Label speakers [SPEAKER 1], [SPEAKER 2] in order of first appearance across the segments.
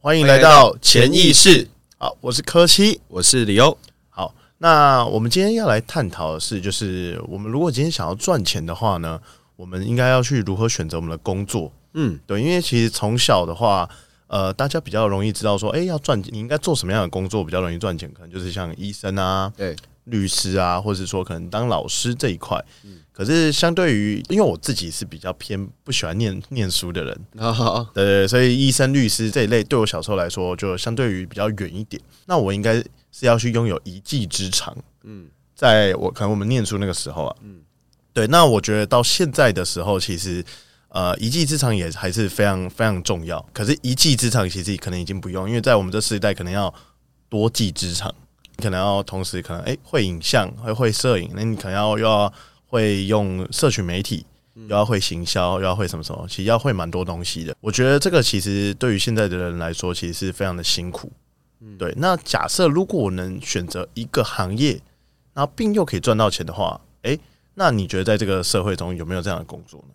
[SPEAKER 1] 欢迎来到潜意识。好，我是柯西。
[SPEAKER 2] 我是李欧。
[SPEAKER 1] 好，那我们今天要来探讨的是，就是我们如果今天想要赚钱的话呢，我们应该要去如何选择我们的工作？
[SPEAKER 2] 嗯，
[SPEAKER 1] 对，因为其实从小的话，呃，大家比较容易知道说，哎、要赚你应该做什么样的工作比较容易赚钱，可能就是像医生啊、
[SPEAKER 2] 对，
[SPEAKER 1] 律师啊，或者是说可能当老师这一块。可是相对于，因为我自己是比较偏不喜欢念念书的人，
[SPEAKER 2] 好好，好
[SPEAKER 1] 对对，对所以医生、律师这一类对我小时候来说，就相对于比较远一点。那我应该是要去拥有一技之长。
[SPEAKER 2] 嗯，
[SPEAKER 1] 在我可能我们念书那个时候啊，嗯，对。那我觉得到现在的时候，其实呃，一技之长也还是非常非常重要。可是，一技之长其实可能已经不用，因为在我们这时代，可能要多技之长，你可能要同时可能诶会影像，会会摄影，那你可能要又要会用社群媒体，又要会行销，又要会什么什么，其实要会蛮多东西的。我觉得这个其实对于现在的人来说，其实是非常的辛苦。
[SPEAKER 2] 嗯
[SPEAKER 1] 对，那假设如果我能选择一个行业，然后并又可以赚到钱的话，诶，那你觉得在这个社会中有没有这样的工作呢？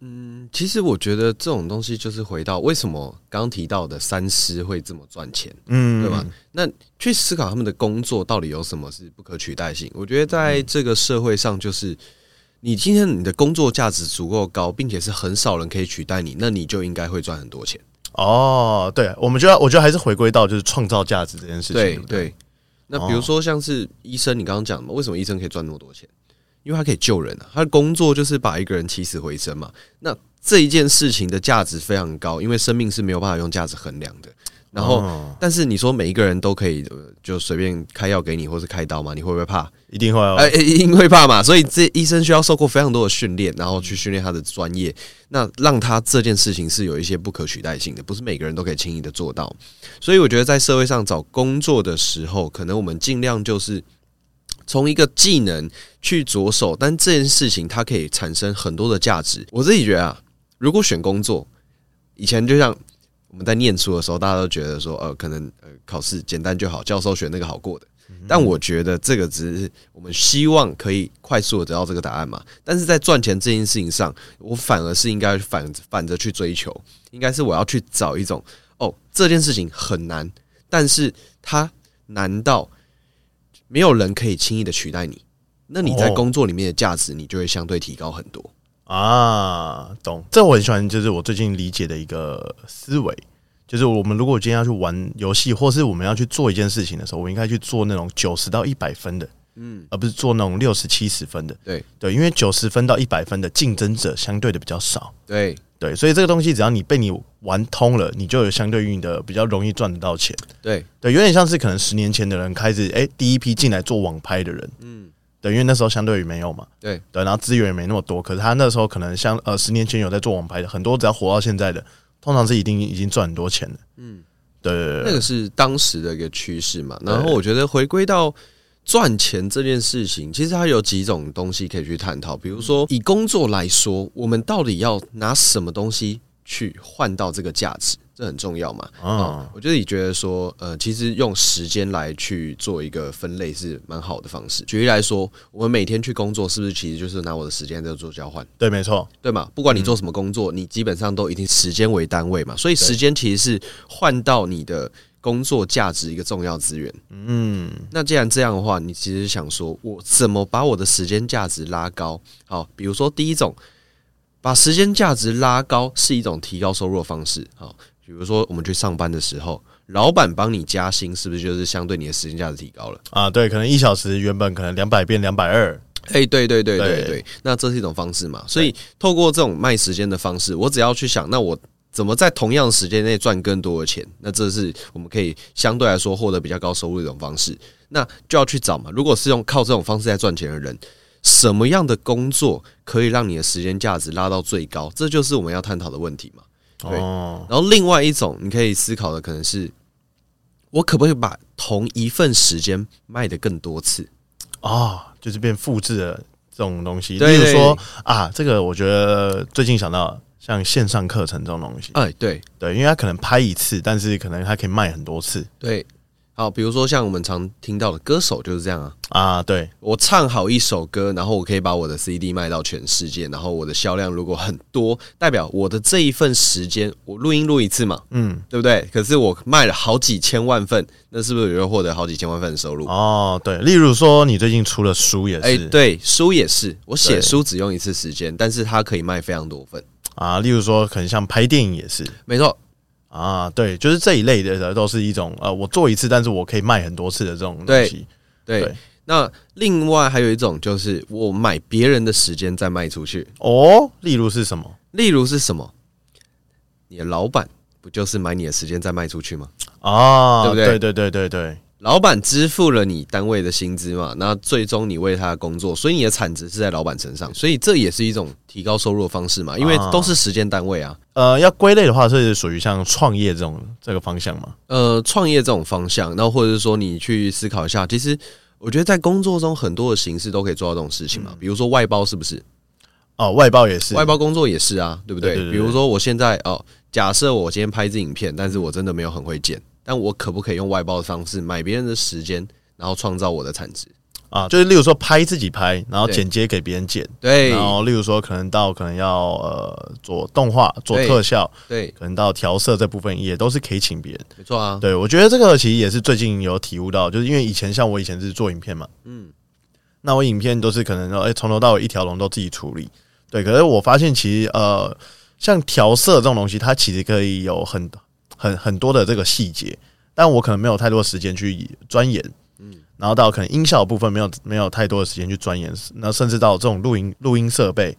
[SPEAKER 2] 嗯其实我觉得这种东西就是回到为什么刚提到的三师会这么赚钱，
[SPEAKER 1] 嗯
[SPEAKER 2] 对吧？？那去思考他们的工作到底有什么是不可取代性？我觉得在这个社会上，就是你今天你的工作价值足够高，并且是很少人可以取代你，那你就应该会赚很多钱。
[SPEAKER 1] 哦，对，我们就要，我觉得还是回归到就是创造价值这件事情，对
[SPEAKER 2] 对
[SPEAKER 1] 不对？哦
[SPEAKER 2] 对。那比如说像是医生，你刚刚讲的嘛，为什么医生可以赚那么多钱？因为他可以救人啊，他的工作就是把一个人起死回生嘛。那这一件事情的价值非常高，因为生命是没有办法用价值衡量的。然后，
[SPEAKER 1] 哦
[SPEAKER 2] 但是你说每一个人都可以呃就随便开药给你，或是开刀嘛，你会不会怕？
[SPEAKER 1] 一定会哦，
[SPEAKER 2] 呃，因为怕嘛，所以这医生需要受过非常多的训练，然后去训练他的专业，那让他这件事情是有一些不可取代性的，不是每个人都可以轻易的做到。所以我觉得在社会上找工作的时候，可能我们尽量就是从一个技能去着手，但这件事情它可以产生很多的价值。我自己觉得啊，如果选工作，以前就像。我们在念书的时候，大家都觉得说，呃，可能呃考试简单就好，教授选那个好过的。但我觉得这个只是我们希望可以快速的得到这个答案嘛。但是在赚钱这件事情上，我反而是应该反反着去追求，应该是我要去找一种哦，这件事情很难，但是它难道没有人可以轻易的取代你？那你在
[SPEAKER 1] 哦
[SPEAKER 2] 工作里面的价值，你就会相对提高很多。
[SPEAKER 1] 啊，懂。这我很喜欢，就是我最近理解的一个思维，就是我们如果今天要去玩游戏，或是我们要去做一件事情的时候，我应该去做那种九十到一百分的，嗯，而不是做那种六十七十分的。
[SPEAKER 2] 对
[SPEAKER 1] 对，因为九十分到一百分的竞争者相对的比较少，
[SPEAKER 2] 对
[SPEAKER 1] 对，所以这个东西只要你被你玩通了，你就有相对应的比较容易赚得到钱。
[SPEAKER 2] 对，
[SPEAKER 1] 对，有点像是可能十年前的人开始，哎、第一批进来做网拍的人，嗯，对，因为那时候相对于没有嘛，
[SPEAKER 2] 对
[SPEAKER 1] 对，然后资源也没那么多，可是他那时候可能像呃十年前有在做网拍的，很多只要活到现在的，通常是一定已经赚很多钱了，嗯，对对对
[SPEAKER 2] 那
[SPEAKER 1] 对，
[SPEAKER 2] 个是当时的一个趋势嘛。然后我觉得回归到赚钱这件事情，其实它有几种东西可以去探讨。比如说，以工作来说，我们到底要拿什么东西去换到这个价值，这很重要嘛。
[SPEAKER 1] 嗯，
[SPEAKER 2] 我觉得你觉得说，呃，其实用时间来去做一个分类是蛮好的方式。举例来说，我们每天去工作，是不是其实就是拿我的时间在做交换？
[SPEAKER 1] 对，没错，
[SPEAKER 2] 对嘛？不管你做什么工作，你基本上都一定时间为单位嘛，所以时间其实是换到你的工作价值一个重要资源。
[SPEAKER 1] 嗯，
[SPEAKER 2] 那既然这样的话，你其实想说，我怎么把我的时间价值拉高？好，比如说第一种，把时间价值拉高是一种提高收入的方式。好，比如说我们去上班的时候，老板帮你加薪，是不是就是相对你的时间价值提高了？
[SPEAKER 1] 啊，对，可能一小时原本可能两百变两百二，
[SPEAKER 2] 哎、对对对对
[SPEAKER 1] 对
[SPEAKER 2] 对，那这是一种方式嘛。所以透过这种卖时间的方式，我只要去想，那我怎么在同样的时间内赚更多的钱？那这是我们可以相对来说获得比较高收入的一种方式。那就要去找嘛。如果是用靠这种方式在赚钱的人，什么样的工作可以让你的时间价值拉到最高？这就是我们要探讨的问题嘛。对
[SPEAKER 1] 哦，
[SPEAKER 2] 然后另外一种你可以思考的可能是，我可不可以把同一份时间卖得更多次？
[SPEAKER 1] 哦，就是变复制的这种东西，
[SPEAKER 2] 对
[SPEAKER 1] 例如说啊，这个我觉得最近想到像线上课程这种东西，
[SPEAKER 2] 哎，对
[SPEAKER 1] 对，因为他可能拍一次，但是可能他可以卖很多次，
[SPEAKER 2] 对，好，比如说像我们常听到的歌手就是这样啊，
[SPEAKER 1] 啊，对，
[SPEAKER 2] 我唱好一首歌，然后我可以把我的 CD 卖到全世界，然后我的销量如果很多，代表我的这一份时间，我录音录一次嘛，
[SPEAKER 1] 嗯，
[SPEAKER 2] 对不对？可是我卖了好几千万份，那是不是也就获得好几千万份的收入？
[SPEAKER 1] 哦，对，例如说你最近出了书也是，
[SPEAKER 2] 哎、对，书也是，我写
[SPEAKER 1] 对
[SPEAKER 2] 书只用一次时间，但是它可以卖非常多份。
[SPEAKER 1] 啊，例如说可能像拍电影也是
[SPEAKER 2] 没错，
[SPEAKER 1] 啊，对，就是这一类的都是一种呃，我做一次，但是我可以卖很多次的这种东
[SPEAKER 2] 对
[SPEAKER 1] 西，
[SPEAKER 2] 对。
[SPEAKER 1] 对
[SPEAKER 2] 那另外还有一种就是我买别人的时间再卖出去，
[SPEAKER 1] 哦，例如是什么
[SPEAKER 2] 例如是什么？你的老板不就是买你的时间再卖出去吗？
[SPEAKER 1] 啊？
[SPEAKER 2] 对不对
[SPEAKER 1] 对对对对对，
[SPEAKER 2] 老板支付了你单位的薪资嘛，那最终你为他的工作，所以你的产值是在老板身上，所以这也是一种提高收入的方式嘛，因为
[SPEAKER 1] 啊
[SPEAKER 2] 都是时间单位啊。
[SPEAKER 1] 呃，要归类的话是属于像创业这种这个方向嘛？
[SPEAKER 2] 呃，创业这种方向，那或者是说你去思考一下，其实我觉得在工作中很多的形式都可以做到这种事情嘛，比如说外包是不是？
[SPEAKER 1] 哦，外包也是，
[SPEAKER 2] 外包工作也是啊，对不对？
[SPEAKER 1] 对对对
[SPEAKER 2] 比如说我现在哦，假设我今天拍一支影片，但是我真的没有很会剪，但我可不可以用外包的方式买别人的时间，然后创造我的产值？
[SPEAKER 1] 啊，就是例如说拍自己拍，然后
[SPEAKER 2] 对
[SPEAKER 1] 剪接给别人剪，
[SPEAKER 2] 对
[SPEAKER 1] 然后例如说可能到可能要呃做动画、做
[SPEAKER 2] 对
[SPEAKER 1] 特效，
[SPEAKER 2] 对，
[SPEAKER 1] 可能到调色这部分也都是可以请别人。
[SPEAKER 2] 没错啊，
[SPEAKER 1] 对，我觉得这个其实也是最近有体悟到，就是因为以前像我以前是做影片嘛，嗯，那我影片都是可能哎从、头到尾一条龙都自己处理，对。可是我发现其实呃，像调色这种东西，它其实可以有很很很多的这个细节，但我可能没有太多时间去钻研。然后到可能音效部分没有没有太多的时间去钻研，那甚至到这种录音录音设备，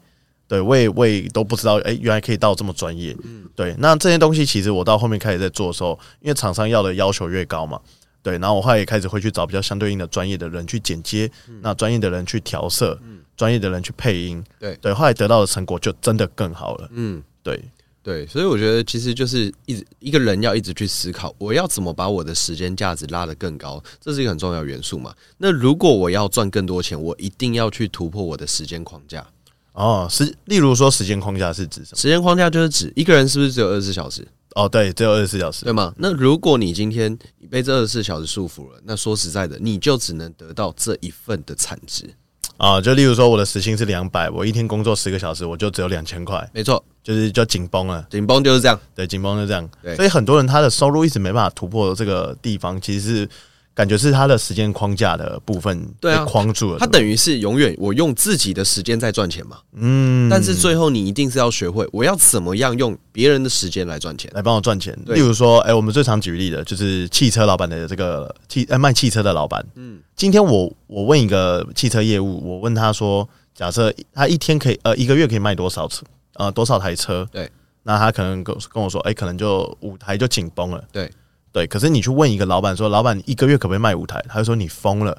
[SPEAKER 1] 对，我也我也都不知道，哎、原来可以到这么专业，对。那这些东西其实我到后面开始在做的时候，因为厂商要的要求越高嘛，对，然后我后来也开始会去找比较相对应的专业的人去剪接，
[SPEAKER 2] 嗯
[SPEAKER 1] 那专业的人去调色，专业的人去配音，
[SPEAKER 2] 对
[SPEAKER 1] 对，后来得到的成果就真的更好了，
[SPEAKER 2] 嗯。
[SPEAKER 1] 对，
[SPEAKER 2] 对，所以我觉得其实就是一直一个人要一直去思考，我要怎么把我的时间价值拉得更高，这是一个很重要的元素嘛。那如果我要赚更多钱，我一定要去突破我的时间框架。
[SPEAKER 1] 哦，时，例如说时间框架是指什么？
[SPEAKER 2] 时间框架就是指一个人是不是只有二十四小时，
[SPEAKER 1] 哦，对，只有二十四小时
[SPEAKER 2] 对，吗？那如果你今天你被这二十四小时束缚了，那说实在的，你就只能得到这一份的产值。
[SPEAKER 1] 啊，就例如说我的时薪是两百，我一天工作十个小时，我就只有两千块，
[SPEAKER 2] 没错，
[SPEAKER 1] 就是就紧绷了。
[SPEAKER 2] 紧绷就是这样。
[SPEAKER 1] 对，紧绷就这样
[SPEAKER 2] 对。
[SPEAKER 1] 所以很多人他的收入一直没办法突破这个地方，其实是感觉是他的时间框架的部分
[SPEAKER 2] 对
[SPEAKER 1] 被
[SPEAKER 2] 啊
[SPEAKER 1] 框住了。
[SPEAKER 2] 它等于是永远我用自己的时间在赚钱嘛。
[SPEAKER 1] 嗯，
[SPEAKER 2] 但是最后你一定是要学会，我要怎么样用别人的时间来赚钱。
[SPEAKER 1] 来帮我赚钱。
[SPEAKER 2] 对
[SPEAKER 1] 例如说，哎、我们最常举例的就是汽车老板的这个汽、哎卖汽车的老板。嗯，今天我我问一个汽车业务，我问他说，假设他一天可以呃一个月可以卖多少车呃多少台车？
[SPEAKER 2] 对，
[SPEAKER 1] 那他可能跟跟我说，哎、可能就五台就紧绷了。
[SPEAKER 2] 对。
[SPEAKER 1] 对，可是你去问一个老板说，老板一个月可不可以卖五台？他就说你疯了，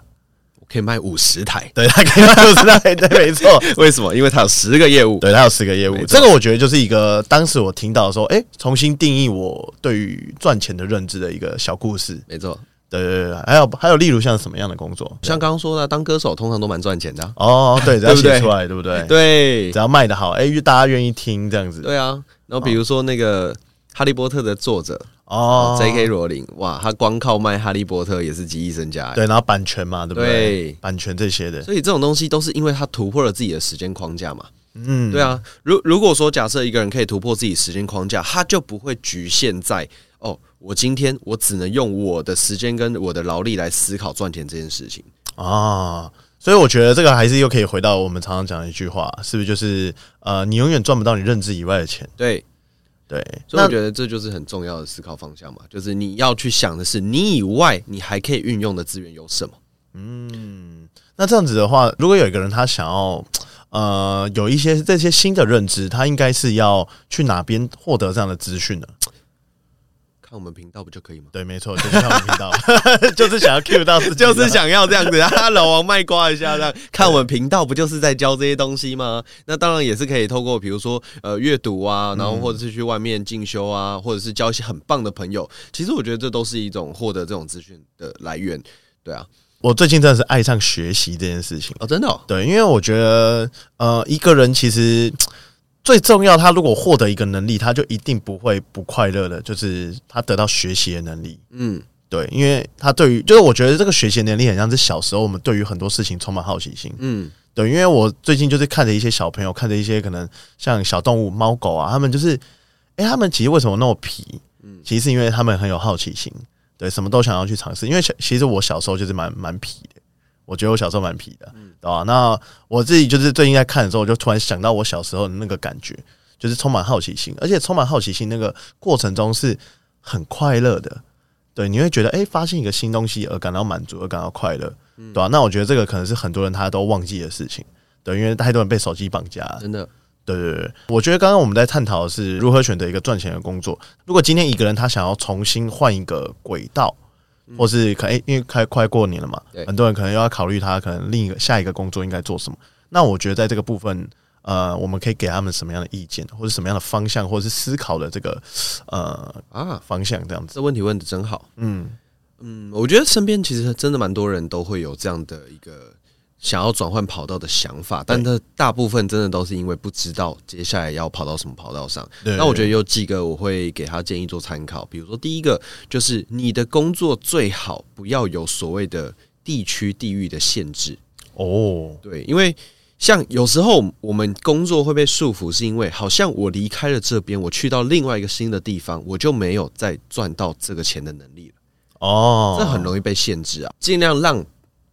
[SPEAKER 2] 我可以卖五十台，
[SPEAKER 1] 对他可以卖五十台，对，没错，
[SPEAKER 2] 为什么？因为它有十个业务。
[SPEAKER 1] 对他有十个业务
[SPEAKER 2] 没，错
[SPEAKER 1] 这个我觉得就是一个当时我听到说，哎、重新定义我对于赚钱的认知的一个小故事。
[SPEAKER 2] 没错，
[SPEAKER 1] 对对对对，还有还有，例如像什么样的工作？
[SPEAKER 2] 像刚刚说的，当歌手通常都蛮赚钱的啊、
[SPEAKER 1] 哦，对，只要
[SPEAKER 2] 对不对
[SPEAKER 1] 写出来，对不对？
[SPEAKER 2] 对
[SPEAKER 1] 只要卖的好，哎、大家愿意听这样子。
[SPEAKER 2] 对啊，然后比如说那个《哈利波特》的作者
[SPEAKER 1] 哦
[SPEAKER 2] J.K. 罗琳，哇，他光靠卖《哈利波特》也是几亿身家、欸。
[SPEAKER 1] 对，然后版权嘛，对不对？
[SPEAKER 2] 对，
[SPEAKER 1] 版权这些的，
[SPEAKER 2] 所以这种东西都是因为他突破了自己的时间框架嘛。
[SPEAKER 1] 嗯，
[SPEAKER 2] 对啊，如如果说假设一个人可以突破自己时间框架，他就不会局限在哦，我今天我只能用我的时间跟我的劳力来思考赚钱这件事情。
[SPEAKER 1] 啊，所以我觉得这个还是又可以回到我们常常讲的一句话，是不是就是呃，你永远赚不到你认知以外的钱？
[SPEAKER 2] 对，
[SPEAKER 1] 对，
[SPEAKER 2] 所
[SPEAKER 1] 那
[SPEAKER 2] 以我觉得这就是很重要的思考方向嘛，就是你要去想的是你以外你还可以运用的资源有什么。
[SPEAKER 1] 那这样子的话，如果有一个人他想要呃有一些这些新的认知，他应该是要去哪边获得这样的资讯呢？
[SPEAKER 2] 看我们频道不就可以吗？
[SPEAKER 1] 对，没错，就是看我们频道， 就是想要 cue 到自己的，
[SPEAKER 2] 就是想要这样子， 啊，老王卖瓜一下，这样看我们频道不就是在教这些东西吗？那当然也是可以透过比如说呃阅读啊，然后或者是去外面进修啊，或者是交一些很棒的朋友。其实我觉得这都是一种获得这种资讯的来源，对啊，
[SPEAKER 1] 我最近真的是爱上学习这件事情。
[SPEAKER 2] 哦，真的、哦，
[SPEAKER 1] 对，因为我觉得，呃，一个人其实最重要，他如果获得一个能力，他就一定不会不快乐的，就是他得到学习的能力。
[SPEAKER 2] 嗯，
[SPEAKER 1] 对，因为他对于就是我觉得这个学习能力很像是小时候我们对于很多事情充满好奇心。
[SPEAKER 2] 嗯，
[SPEAKER 1] 对，因为我最近就是看着一些小朋友，看着一些可能像小动物、猫狗啊，他们就是，哎、他们其实为什么那么皮？其实是因为他们很有好奇心，对，什么都想要去尝试。因为其其实我小时候就是蛮蛮皮的，我觉得我小时候蛮皮的，对吧、那我自己就是最近在看的时候，我就突然想到我小时候的那个感觉，就是充满好奇心，而且充满好奇心那个过程中是很快乐的。对，你会觉得哎、诶发现一个新东西而感到满足，而感到快乐，对啊吧、那我觉得这个可能是很多人他都忘记的事情，对，因为太多人被手机绑架了。
[SPEAKER 2] 真的，
[SPEAKER 1] 对对对，我觉得刚刚我们在探讨的是如何选择一个赚钱的工作。如果今天一个人他想要重新换一个轨道，或是可能、因为快快过年了嘛
[SPEAKER 2] 嗯对，
[SPEAKER 1] 很多人可能又要考虑他可能另一个下一个工作应该做什么。那我觉得在这个部分，呃，我们可以给他们什么样的意见，或者什么样的方向，或者是思考的这个呃
[SPEAKER 2] 啊，
[SPEAKER 1] 方向这样子。
[SPEAKER 2] 这问题问的真好。
[SPEAKER 1] 嗯
[SPEAKER 2] 嗯，我觉得身边其实真的蛮多人都会有这样的一个想要转换跑道的想法，但他大部分真的都是因为不知道接下来要跑到什么跑道上。
[SPEAKER 1] 对
[SPEAKER 2] 那我觉得有几个我会给他建议做参考，比如说第一个就是你的工作最好不要有所谓的地区地域的限制，
[SPEAKER 1] 哦，
[SPEAKER 2] 对，因为像有时候我们工作会被束缚，是因为好像我离开了这边，我去到另外一个新的地方，我就没有再赚到这个钱的能力了。
[SPEAKER 1] 哦，
[SPEAKER 2] 这很容易被限制啊。尽量让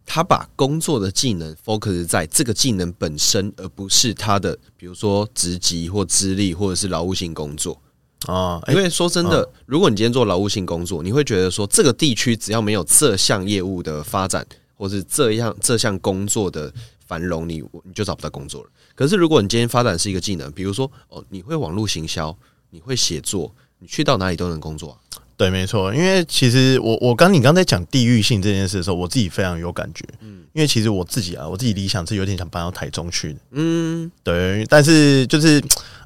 [SPEAKER 2] 他把工作的技能 focus 在这个技能本身，而不是他的比如说职级或资历或者是劳务性工作。
[SPEAKER 1] 啊，哎、
[SPEAKER 2] 因为说真的，如果你今天做劳务性工作，你会觉得说这个地区只要没有这项业务的发展，或是这样这项工作的繁荣，你你就找不到工作了。可是如果你今天发展是一个技能，比如说哦，你会网络行销，你会写作，你去到哪里都能工作啊、
[SPEAKER 1] 对，没错，因为其实我我刚你刚才讲地域性这件事的时候，我自己非常有感觉，嗯，因为其实我自己啊，我自己理想是有点想搬到台中去的，
[SPEAKER 2] 嗯，
[SPEAKER 1] 对，但是就是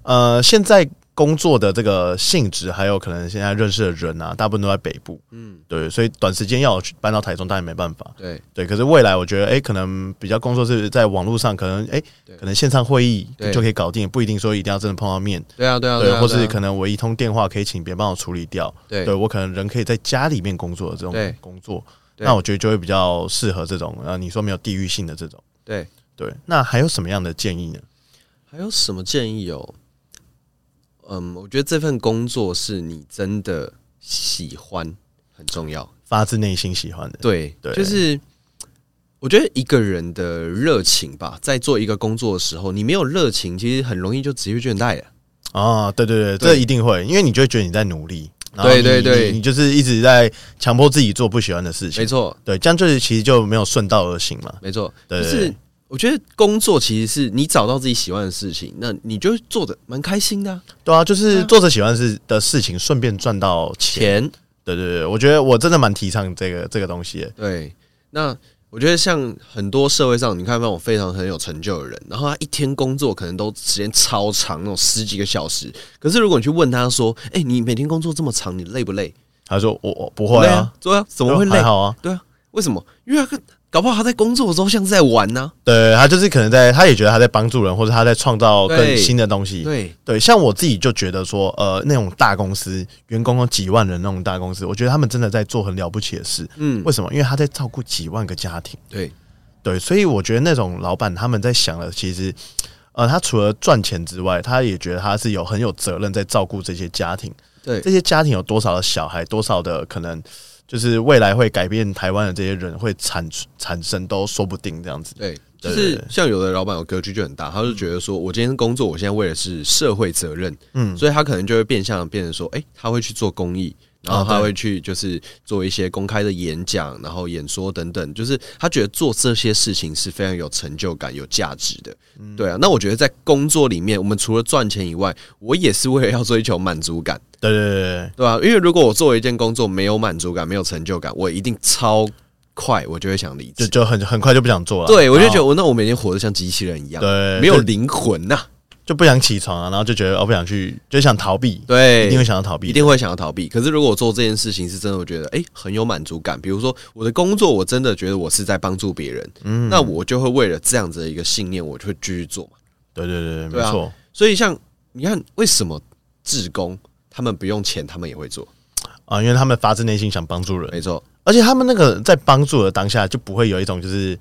[SPEAKER 1] 呃，现在工作的这个性质，还有可能现在认识的人啊，大部分都在北部，嗯，对，所以短时间要我去搬到台中，当然没办法，
[SPEAKER 2] 对，
[SPEAKER 1] 对，可是未来我觉得，哎、可能比较工作是在网络上，可能哎、
[SPEAKER 2] 对
[SPEAKER 1] 可能线上会议
[SPEAKER 2] 对
[SPEAKER 1] 就可以搞定，不一定说一定要真的碰到面，
[SPEAKER 2] 对啊，对啊，
[SPEAKER 1] 对，
[SPEAKER 2] 啊
[SPEAKER 1] 或
[SPEAKER 2] 对
[SPEAKER 1] 是
[SPEAKER 2] 啊
[SPEAKER 1] 可能我一通电话可以请别人帮我处理掉，
[SPEAKER 2] 对
[SPEAKER 1] 对我可能人可以在家里面工作的这
[SPEAKER 2] 对
[SPEAKER 1] 种工作，
[SPEAKER 2] 对
[SPEAKER 1] 那我觉得就会比较适合这种呃，你说没有地域性的这种，
[SPEAKER 2] 对，
[SPEAKER 1] 对，那还有什么样的建议呢？
[SPEAKER 2] 还有什么建议哦？嗯，我觉得这份工作是你真的喜欢很重要。
[SPEAKER 1] 发自内心喜欢的，
[SPEAKER 2] 对，
[SPEAKER 1] 对
[SPEAKER 2] 就是我觉得一个人的热情吧，在做一个工作的时候，你没有热情，其实很容易就职业倦怠了。
[SPEAKER 1] 啊，对对对，
[SPEAKER 2] 对
[SPEAKER 1] 这一定会，因为你就会觉得你在努力，然后
[SPEAKER 2] 对
[SPEAKER 1] 你
[SPEAKER 2] 对对
[SPEAKER 1] 你你就是一直在强迫自己做不喜欢的事
[SPEAKER 2] 没
[SPEAKER 1] 情，
[SPEAKER 2] 错，
[SPEAKER 1] 对，这样就是其实就没有顺道而行嘛，
[SPEAKER 2] 没错，
[SPEAKER 1] 对
[SPEAKER 2] 就
[SPEAKER 1] 对
[SPEAKER 2] 是
[SPEAKER 1] 对
[SPEAKER 2] 我觉得工作其实是你找到自己喜欢的事情，那你就做的蛮开心的啊、
[SPEAKER 1] 对啊，就是做着喜欢事的事情，顺便赚到钱，
[SPEAKER 2] 钱
[SPEAKER 1] 对对对，我觉得我真的蛮提倡这个这个东西的，
[SPEAKER 2] 对，那我觉得像很多社会上，你看那种非常很有成就的人，然后他一天工作可能都时间超长，那种十几个小时。可是如果你去问他说：“哎、你每天工作这么长，你累不累
[SPEAKER 1] 他说我我不？”会
[SPEAKER 2] 累
[SPEAKER 1] 啊，，
[SPEAKER 2] 对啊，怎么会累
[SPEAKER 1] 还？好啊，
[SPEAKER 2] 对啊，为什么？因为他搞不好他在工作的时候像是在玩呢、
[SPEAKER 1] 对他就是可能在，他也觉得他在帮助人，或者他在创造
[SPEAKER 2] 对
[SPEAKER 1] 更新的东西。
[SPEAKER 2] 对
[SPEAKER 1] 对，像我自己就觉得说，呃，那种大公司员工有几万人那种大公司，我觉得他们真的在做很了不起的事。
[SPEAKER 2] 嗯
[SPEAKER 1] 为什么？因为他在照顾几万个家庭。
[SPEAKER 2] 对
[SPEAKER 1] 对，所以我觉得那种老板他们在想的，其实，呃，他除了赚钱之外，他也觉得他是有很有责任在照顾这些家庭。
[SPEAKER 2] 对
[SPEAKER 1] 这些家庭有多少的小孩，多少的可能，就是未来会改变台湾的这些人会产产生都说不定这样子。
[SPEAKER 2] 对，
[SPEAKER 1] 对
[SPEAKER 2] 就是像有的老板有格局就很大，他就觉得说，我今天工作，我现在为的是社会责任，嗯，
[SPEAKER 1] 嗯
[SPEAKER 2] 所以他可能就会变相变成说，哎、他会去做公益，然后
[SPEAKER 1] 啊
[SPEAKER 2] 他
[SPEAKER 1] 对
[SPEAKER 2] 会去就是做一些公开的演讲，然后演说等等，就是他觉得做这些事情是非常有成就感、有价值的，对啊。那我觉得在工作里面，我们除了赚钱以外，我也是为了要追求满足感，
[SPEAKER 1] 对对对对。
[SPEAKER 2] 对吧、啊因为如果我做一件工作没有满足感、没有成就感，我一定超快我就会想离职
[SPEAKER 1] 就。就很很快就不想做了。
[SPEAKER 2] 对，我就
[SPEAKER 1] 然
[SPEAKER 2] 觉得
[SPEAKER 1] 后
[SPEAKER 2] 我那我每天活得像机器人一样，
[SPEAKER 1] 对
[SPEAKER 2] 没有
[SPEAKER 1] 就
[SPEAKER 2] 灵魂啊呐、
[SPEAKER 1] 就不想起床啊，然后就觉得哦不想去，就想逃避，
[SPEAKER 2] 对，
[SPEAKER 1] 一定会想要逃避，
[SPEAKER 2] 一定会想要逃避。可是如果我做这件事情是真的，我觉得诶很有满足感。比如说我的工作，我真的觉得我是在帮助别人，
[SPEAKER 1] 嗯
[SPEAKER 2] 那我就会为了这样子的一个信念，我就会继续做嘛。
[SPEAKER 1] 对对对对，
[SPEAKER 2] 对啊
[SPEAKER 1] 没错。
[SPEAKER 2] 所以像你看，为什么志工他们不用钱，他们也会做？
[SPEAKER 1] 啊，因为他们发自内心想帮助人，
[SPEAKER 2] 没错，
[SPEAKER 1] 而且他们那个在帮助的当下就不会有一种就是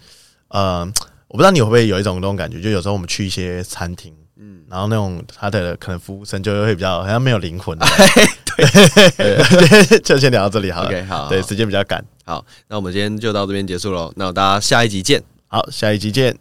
[SPEAKER 1] 呃，我不知道你会不会有一种那种感觉，就有时候我们去一些餐厅。嗯，然后那种他的可能服务生就会比较好像没有灵魂的， 对， 就先聊到这里好了。
[SPEAKER 2] 哎 OK，好
[SPEAKER 1] 对，
[SPEAKER 2] 好
[SPEAKER 1] 时间比较赶，
[SPEAKER 2] 好，那我们今天就到这边结束喽，那大家下一集见。
[SPEAKER 1] 好，下一集见。